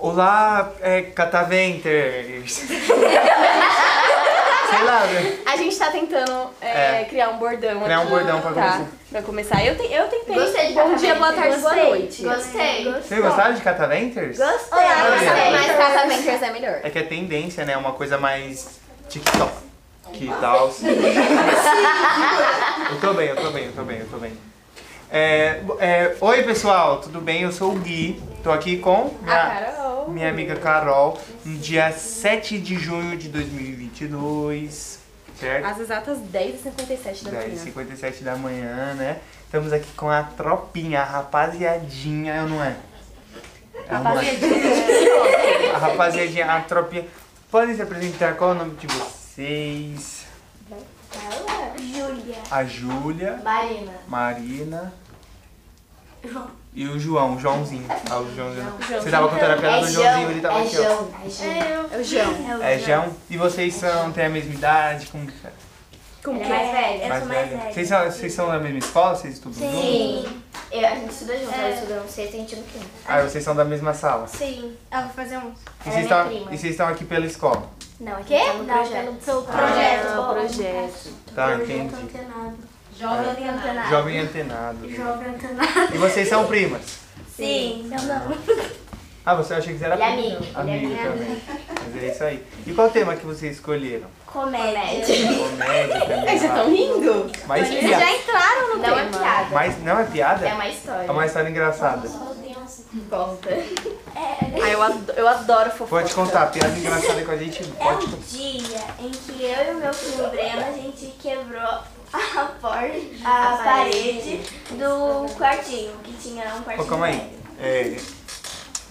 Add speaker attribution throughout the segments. Speaker 1: Olá, é, Cataventers. Sei lá, né?
Speaker 2: A gente tá tentando é,
Speaker 1: É.
Speaker 2: criar um bordão
Speaker 1: Criar um
Speaker 2: aqui,
Speaker 1: bordão pra
Speaker 2: tá?
Speaker 1: começar.
Speaker 2: Pra começar. Eu, te- eu tentei.
Speaker 3: Gostei de
Speaker 2: Bom dia, boa tarde, boa
Speaker 3: Gostei,
Speaker 2: noite.
Speaker 3: Gostei.
Speaker 1: Vocês gostaram de Cataventers?
Speaker 2: Olá,
Speaker 1: Olha.
Speaker 2: gostei, mas Cataventers é melhor.
Speaker 1: É que é tendência, né? Uma coisa mais TikTok. Que tal? Eu tô bem, eu tô bem, eu tô bem, eu tô bem. É, é, oi, pessoal, tudo bem? Eu sou o Gui. Tô aqui com
Speaker 2: A
Speaker 1: minha,
Speaker 2: Ah, Carol.
Speaker 1: minha amiga Carol, no dia 7 de junho de 2022, certo?
Speaker 2: As exatas 10h57 da manhã.
Speaker 1: 10h57 da manhã, né? Estamos aqui com a tropinha, a rapaziadinha, eu não é? Eu não é? A rapaziadinha, a tropinha. Podem se apresentar qual é o nome de vocês?
Speaker 3: Júlia.
Speaker 1: A Júlia,
Speaker 3: Marina.
Speaker 1: Marina. E o João, o Joãozinho. Ah, o Joãozinho. Você tava contando a piada do Joãozinho, ele tava
Speaker 3: é
Speaker 1: aqui, ó.
Speaker 3: João. É João.
Speaker 2: É o João.
Speaker 1: É João. E vocês são, têm a mesma idade? Como que é?
Speaker 2: Como que
Speaker 4: mais
Speaker 2: é?
Speaker 4: velha. Eu sou mais
Speaker 1: velha.
Speaker 4: velha.
Speaker 1: Vocês são, vocês são da mesma escola? Vocês estudam juntos?
Speaker 3: Sim. Eu, É, a gente estuda junto,
Speaker 4: É.
Speaker 3: ela estuda no sexto, a gente no quinto.
Speaker 1: Ah, vocês são da mesma sala.
Speaker 4: Sim. Ah, vou fazer um
Speaker 1: E
Speaker 3: Ela é
Speaker 1: vocês
Speaker 3: minha
Speaker 1: estão-
Speaker 3: prima.
Speaker 1: e vocês estão aqui pela escola?
Speaker 3: Não, a gente
Speaker 4: Quê?
Speaker 3: tá no
Speaker 4: Não,
Speaker 3: projeto.
Speaker 4: pelo projeto.
Speaker 2: Ah, o projeto.
Speaker 1: Tá, entendi.
Speaker 4: Jovem antenado.
Speaker 1: Jovem antenado.
Speaker 4: Jovem antenado.
Speaker 1: E vocês são primas?
Speaker 4: Sim. Eu não.
Speaker 1: Ah, você achou que você era
Speaker 3: Ele é
Speaker 1: primo?
Speaker 3: amigo.
Speaker 1: Amigo
Speaker 3: Ele é
Speaker 1: também. Mas é isso aí. E qual tema que vocês escolheram?
Speaker 4: Comédia.
Speaker 1: Comédia também. tá?
Speaker 2: Vocês estão rindo?
Speaker 1: Mais
Speaker 2: Eles já
Speaker 1: piada.
Speaker 2: entraram no
Speaker 3: Não é
Speaker 2: tema.
Speaker 3: piada,
Speaker 1: Mas não é piada?
Speaker 3: é uma história.
Speaker 1: É uma história engraçada.
Speaker 3: Conta.
Speaker 4: É,
Speaker 2: Ah, eu adoro, eu adoro fofoca.
Speaker 1: Pode contar, piada engraçada com a gente.
Speaker 4: É
Speaker 1: Pode
Speaker 4: um
Speaker 1: contar.
Speaker 4: dia em que eu e meu primo Breno, a gente quebrou a porta,
Speaker 3: A
Speaker 4: a
Speaker 3: parede.
Speaker 4: parede do quartinho, que tinha um quartinho.
Speaker 1: Ô, calma aí.
Speaker 4: velho.
Speaker 1: É,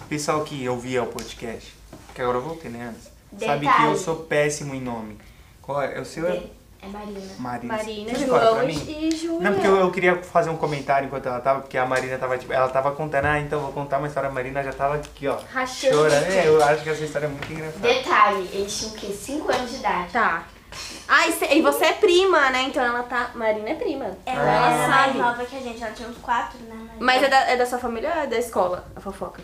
Speaker 1: pessoal que ouvia o podcast, que agora eu voltei, né, antes? Sabe que
Speaker 3: Detalhe.
Speaker 1: eu sou péssimo em nome. Qual é? É O seu é
Speaker 3: É Marina.
Speaker 1: Marina.
Speaker 2: Marina,
Speaker 1: Você decora
Speaker 2: João
Speaker 1: pra mim?
Speaker 2: e Júlia.
Speaker 1: Não, porque eu, eu queria fazer um comentário enquanto ela tava, porque a Marina tava, tipo, ela tava contando, ah, então eu vou contar uma história, a Marina já tava aqui, ó,
Speaker 2: Rachando.
Speaker 1: chorando. É, eu acho que essa história é muito engraçada.
Speaker 3: Detalhe, eles tinham o quê? 5 anos de idade.
Speaker 2: Tá. Ah, e, cê- e você é prima, né? Então ela tá. Marina é prima.
Speaker 4: Ela
Speaker 1: Ah.
Speaker 4: era mais nova que a gente, ela tinha uns quatro, né? Maria?
Speaker 2: Mas é da, é da sua família ou é da escola? A fofoca?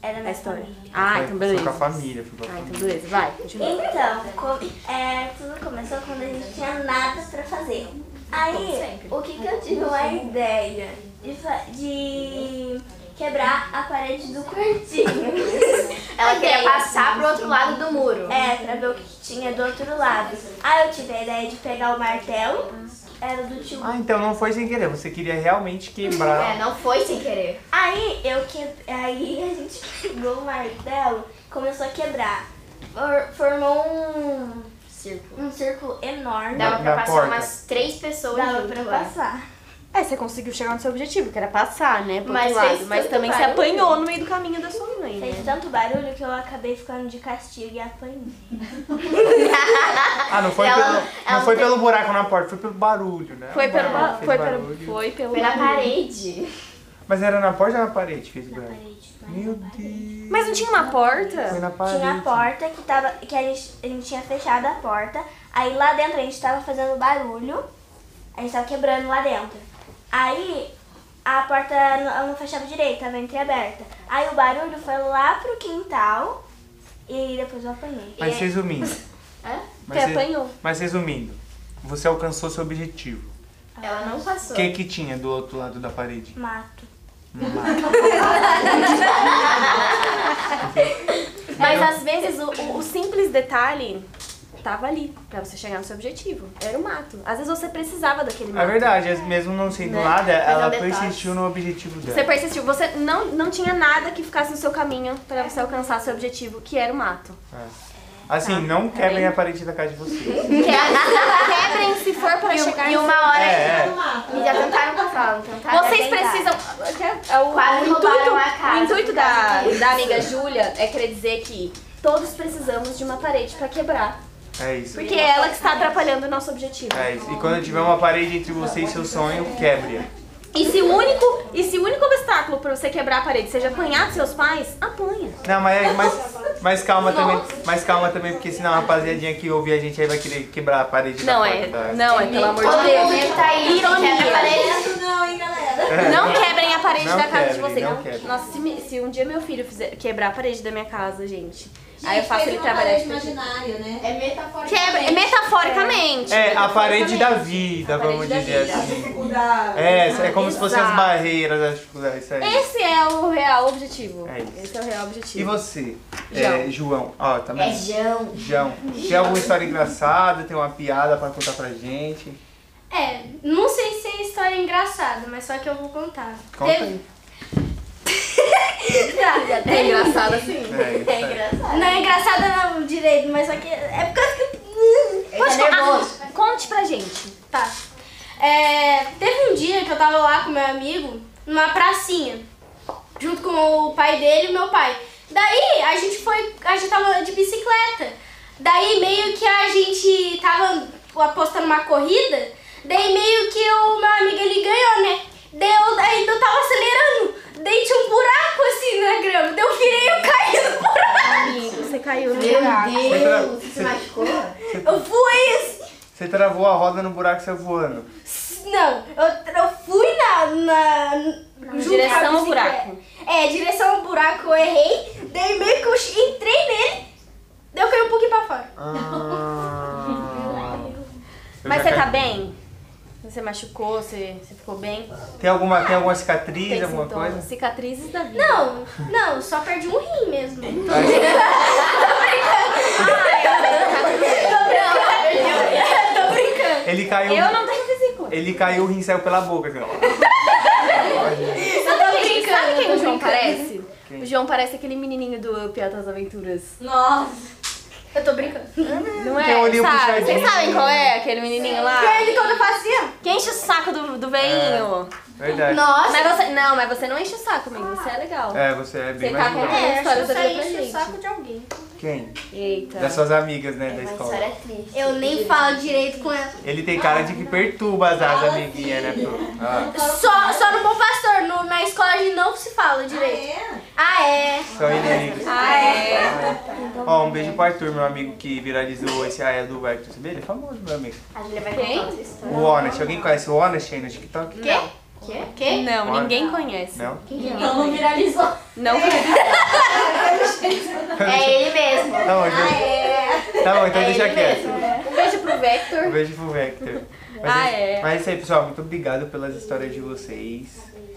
Speaker 4: Era da
Speaker 2: É a
Speaker 4: minha
Speaker 2: história.
Speaker 4: família.
Speaker 2: Ah,
Speaker 1: Foi-
Speaker 2: então
Speaker 1: Foi
Speaker 2: beleza.
Speaker 1: com a família, foi com a
Speaker 2: Ah, então
Speaker 1: família.
Speaker 2: beleza. Vai, continua.
Speaker 4: Então, co- é, tudo começou quando a gente tinha nada pra fazer. Aí, o que que eu tive uma ideia de, fa- de quebrar a parede do quartinho.
Speaker 3: Ela queria
Speaker 4: Ideia.
Speaker 3: passar pro outro lado do muro.
Speaker 4: É, pra ver o que que tinha do outro lado. Aí eu tive a ideia de pegar o martelo, que era do tio.
Speaker 1: Ah, então não foi sem querer, você queria realmente
Speaker 3: É,
Speaker 1: quebrar.
Speaker 3: não foi sem querer.
Speaker 4: Aí eu que... Aí a gente pegou o martelo, começou a quebrar. For- Formou um,
Speaker 3: Círculo.
Speaker 4: um círculo enorme.
Speaker 3: Dava pra
Speaker 1: Na
Speaker 3: passar
Speaker 1: porta.
Speaker 3: umas três pessoas
Speaker 4: Dava
Speaker 3: junto
Speaker 4: pra
Speaker 3: lá.
Speaker 4: passar.
Speaker 2: É, você conseguiu chegar no seu objetivo, que era passar, né? Pro
Speaker 3: Mas
Speaker 2: outro lado.
Speaker 3: fez
Speaker 2: Mas
Speaker 3: tanto
Speaker 2: também você
Speaker 3: barulho.
Speaker 2: apanhou no meio do caminho da sua mãe,
Speaker 4: Fez
Speaker 2: né?
Speaker 4: tanto barulho que eu acabei ficando de castigo e apanhei.
Speaker 1: Ah, não foi,
Speaker 3: Ela-
Speaker 1: pelo,
Speaker 3: ela
Speaker 1: não foi
Speaker 3: tem-
Speaker 1: pelo buraco na porta, foi pelo barulho, né?
Speaker 2: Foi
Speaker 1: O
Speaker 2: pelo.
Speaker 1: barulho
Speaker 2: ba-
Speaker 1: fez
Speaker 2: Foi pelo.
Speaker 1: barulho.
Speaker 2: Foi pelo.
Speaker 3: Foi na
Speaker 2: barulho.
Speaker 3: parede.
Speaker 1: Mas era na porta ou na parede fez o
Speaker 4: Na
Speaker 1: buraco?
Speaker 4: parede.
Speaker 1: Meu Deus.
Speaker 2: Mas não tinha
Speaker 1: Foi
Speaker 2: uma porta?
Speaker 1: na parede.
Speaker 4: Tinha a porta que tava. que a gente, a gente tinha fechado a porta. Aí lá dentro a gente tava fazendo barulho. A gente tava quebrando lá dentro. Aí a porta não, não fechava direito, tava entreaberta. Aí o barulho foi lá pro quintal e depois eu apanhei.
Speaker 1: Mas resumindo.
Speaker 3: Hã?
Speaker 1: Mas,
Speaker 2: Você
Speaker 1: re-
Speaker 2: apanhou.
Speaker 1: mas resumindo, você alcançou seu objetivo.
Speaker 3: Ela não
Speaker 1: O
Speaker 3: passou.
Speaker 1: que que tinha do outro lado da parede?
Speaker 4: Mato.
Speaker 2: Mas às vezes o, o- o simples detalhe tava ali, pra você chegar no seu objetivo. Era o mato. Às vezes você precisava daquele
Speaker 1: É
Speaker 2: mato.
Speaker 1: verdade, as- mesmo não sendo
Speaker 2: Né?
Speaker 1: nada,
Speaker 2: Mas é um
Speaker 1: ela
Speaker 2: detalhe.
Speaker 1: persistiu no objetivo dela.
Speaker 2: Você persistiu, você não, não tinha nada que ficasse no seu caminho pra você alcançar seu objetivo, que era o mato.
Speaker 1: É. Assim, não
Speaker 2: Tá
Speaker 1: quebrem a parede da casa de vocês.
Speaker 2: Que é- Quebrem se for para chegar
Speaker 3: E
Speaker 2: em
Speaker 3: uma hora
Speaker 1: É, é.
Speaker 3: E já tentaram passar, não tentaram.
Speaker 2: Vocês
Speaker 3: tentar.
Speaker 2: precisam. é o,
Speaker 3: Quase
Speaker 2: o intuito,
Speaker 3: roubaram a casa
Speaker 2: o intuito
Speaker 3: por
Speaker 2: da,
Speaker 3: causa
Speaker 2: da amiga Júlia é querer dizer que todos precisamos de uma parede pra quebrar.
Speaker 1: É isso.
Speaker 2: Porque é ela que está atrapalhando o nosso objetivo.
Speaker 1: É isso. E quando tiver uma parede entre você e seu sonho, quebre.
Speaker 2: E se o único, e se o único obstáculo pra você quebrar a parede seja apanhar dos seus pais, apanha.
Speaker 1: Não, mas, mas Mas calma também, mas calma também, porque senão a rapaziadinha que ouvir a gente aí vai querer quebrar a parede
Speaker 2: Não
Speaker 1: da
Speaker 2: é,
Speaker 1: porta da-
Speaker 2: não é, pelo amor
Speaker 4: Todo
Speaker 2: de Deus.
Speaker 4: mundo que tá aí,
Speaker 2: Ironia.
Speaker 4: quebra a parede.
Speaker 5: Isso não, hein, galera?
Speaker 2: Não quebrem a parede
Speaker 1: É. Não
Speaker 2: da casa de
Speaker 1: quebrem,
Speaker 2: vocês.
Speaker 1: não
Speaker 2: Não-
Speaker 1: quebrem.
Speaker 2: Nossa, se, me- se um dia meu filho fizer, quebrar a parede da minha casa, gente,
Speaker 3: Gente,
Speaker 2: aí eu faço
Speaker 3: fez
Speaker 2: ele
Speaker 3: uma
Speaker 2: trabalhar
Speaker 3: parede
Speaker 2: de frente.
Speaker 3: imaginária, né?
Speaker 4: É metafórico.
Speaker 2: Quebra, é metaforicamente.
Speaker 1: É, a parede da vida,
Speaker 2: A parede
Speaker 1: vamos
Speaker 2: da
Speaker 1: dizer
Speaker 2: vida.
Speaker 1: assim.
Speaker 3: O da-
Speaker 1: É, é como se fossem as
Speaker 2: Exato.
Speaker 1: barreiras, as dificuldades, isso aí.
Speaker 2: Esse é o real objetivo.
Speaker 1: É isso.
Speaker 2: Esse é o real
Speaker 1: E
Speaker 2: objetivo.
Speaker 1: você, é, João? Ó, tá
Speaker 4: É
Speaker 1: vendo?
Speaker 4: Jão.
Speaker 1: João, tem alguma história engraçada, tem uma piada pra contar pra gente?
Speaker 4: É, não sei se é história engraçada, mas só que eu vou contar.
Speaker 1: Conta aí.
Speaker 2: É engraçado assim.
Speaker 1: É, isso aí.
Speaker 5: Não é engraçada não direito, mas só que é por causa que...
Speaker 2: Pode contar. Ah, Conte pra gente.
Speaker 4: Tá. É, teve um dia que eu tava lá com meu amigo, numa pracinha, junto com o pai dele e meu pai. Daí a gente foi, a gente tava de bicicleta. Daí meio que a gente tava apostando uma corrida, daí meio que o meu amigo ele ganhou, né? Daí eu, daí eu tava acelerando, daí tinha um buraco assim na grama, daí eu virei e eu caí no buraco.
Speaker 2: Amigo, você caiu no
Speaker 3: Meu
Speaker 2: buraco.
Speaker 1: Você, tra-
Speaker 3: Deus, você se
Speaker 1: você-
Speaker 3: machucou?
Speaker 4: Eu fui assim.
Speaker 1: você travou a roda no buraco e saiu voando.
Speaker 4: Não, eu, eu fui na. na, junto
Speaker 2: direção
Speaker 4: com a
Speaker 2: ao
Speaker 4: bicicleta.
Speaker 2: buraco.
Speaker 4: É, direção ao buraco eu errei, daí meio que eu che- entrei nele, daí eu caí um pouquinho pra fora.
Speaker 1: Ah. Eu
Speaker 2: Mas
Speaker 1: já
Speaker 2: você tá
Speaker 1: caí.
Speaker 2: bem? Você machucou? Você, você ficou bem?
Speaker 1: Tem alguma, tem alguma cicatriz,
Speaker 2: Tem
Speaker 1: alguma
Speaker 2: sintomas?
Speaker 1: coisa?
Speaker 2: Cicatrizes da vida.
Speaker 4: Não, não, só perdi um rim mesmo.
Speaker 1: Ele caiu.
Speaker 2: Eu não tenho vesícula.
Speaker 1: Ele caiu, o rim saiu pela boca. Cara.
Speaker 2: Sabe quem,
Speaker 4: brincando,
Speaker 2: sabe quem
Speaker 4: tô
Speaker 2: o João
Speaker 4: brincando.
Speaker 2: parece?
Speaker 1: Quem?
Speaker 2: O João parece aquele menininho do Piatas Aventuras.
Speaker 4: Hum.
Speaker 3: Nossa.
Speaker 4: Eu tô brincando.
Speaker 2: Não
Speaker 1: Tem um
Speaker 2: é?
Speaker 1: olhinho
Speaker 2: Sabe?
Speaker 1: puxadinho.
Speaker 2: Vocês sabem qual é aquele menininho lá?
Speaker 4: E ele todo fazia.
Speaker 2: Que enche o saco do, do
Speaker 1: É.
Speaker 2: veinho.
Speaker 1: Verdade.
Speaker 4: Nossa,
Speaker 2: Mas você, não, mas você não enche o saco, amigo. Você é legal.
Speaker 1: É, você é bem
Speaker 2: Você
Speaker 1: mais
Speaker 2: tá
Speaker 1: legal.
Speaker 2: com-
Speaker 4: é, acho que
Speaker 2: História
Speaker 4: eu
Speaker 2: da
Speaker 4: só
Speaker 2: vida pra
Speaker 4: enche o
Speaker 2: gente.
Speaker 4: saco de alguém.
Speaker 1: Quem?
Speaker 2: Eita.
Speaker 1: Das suas amigas,
Speaker 2: É,
Speaker 1: né, da
Speaker 3: Uma
Speaker 1: escola.
Speaker 3: história
Speaker 4: é
Speaker 3: triste.
Speaker 4: Eu nem falo direito com ela.
Speaker 1: Ele tem cara de que perturba as, as amiguinhas,
Speaker 2: assim.
Speaker 1: né, pô? Ah,
Speaker 4: Só, só no Bom Pastor, no- na escola a gente não se fala direito.
Speaker 3: É?
Speaker 4: Ah, é.
Speaker 1: são inimigos.
Speaker 2: Ah, é.
Speaker 1: Ó, um beijo pro Arthur, meu amigo que viralizou esse aia do Arthur. Você vê? Ele é famoso, meu amigo.
Speaker 4: A gente vai
Speaker 2: Quem?
Speaker 4: contar outra história.
Speaker 1: O Honest. Alguém conhece o Honest aí no TikTok?
Speaker 2: Quê?
Speaker 4: Quê? Quê?
Speaker 2: Não,
Speaker 1: Olha.
Speaker 2: ninguém conhece.
Speaker 1: Não?
Speaker 3: Não, não viralizou.
Speaker 2: Não conhece.
Speaker 4: É ele mesmo.
Speaker 1: Tá bom, então, tá bom, então deixa quieto.
Speaker 2: Um beijo pro
Speaker 1: Um
Speaker 2: Vector.
Speaker 1: beijo pro Vector. Mas,
Speaker 2: Ah,
Speaker 1: é,
Speaker 2: é.
Speaker 1: mas é isso aí, pessoal. Muito obrigado pelas histórias de vocês.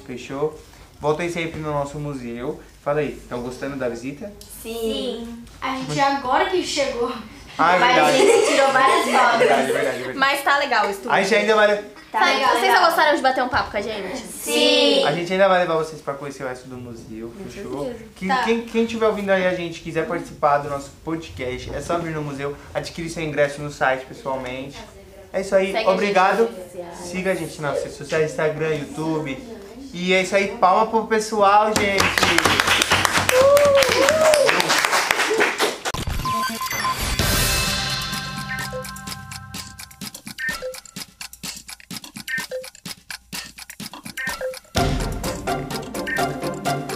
Speaker 1: Fechou? Voltem sempre no nosso museu. Fala aí, estão gostando da visita?
Speaker 4: Sim. A gente agora que chegou.
Speaker 1: Ah, é
Speaker 4: Mas a
Speaker 1: verdade.
Speaker 4: gente tirou várias fotos.
Speaker 1: Verdade, verdade, verdade.
Speaker 2: Mas tá legal o estudo.
Speaker 1: A gente ainda vai.
Speaker 4: Tá
Speaker 2: Sabe,
Speaker 4: legal,
Speaker 2: vocês
Speaker 4: legal.
Speaker 2: já gostaram de bater um papo com a gente?
Speaker 4: Sim.
Speaker 1: A gente ainda vai levar vocês pra conhecer o resto do museu, fechou? Que-
Speaker 2: Tá.
Speaker 1: quem, quem tiver ouvindo aí a gente quiser participar do nosso podcast, é só vir no museu, adquirir seu ingresso no site pessoalmente. É isso aí,
Speaker 2: Segue a gente
Speaker 1: obrigado.
Speaker 2: nas redes sociais.
Speaker 1: Siga a gente nas redes sociais, Instagram, YouTube. E é isso aí, palma pro pessoal, gente.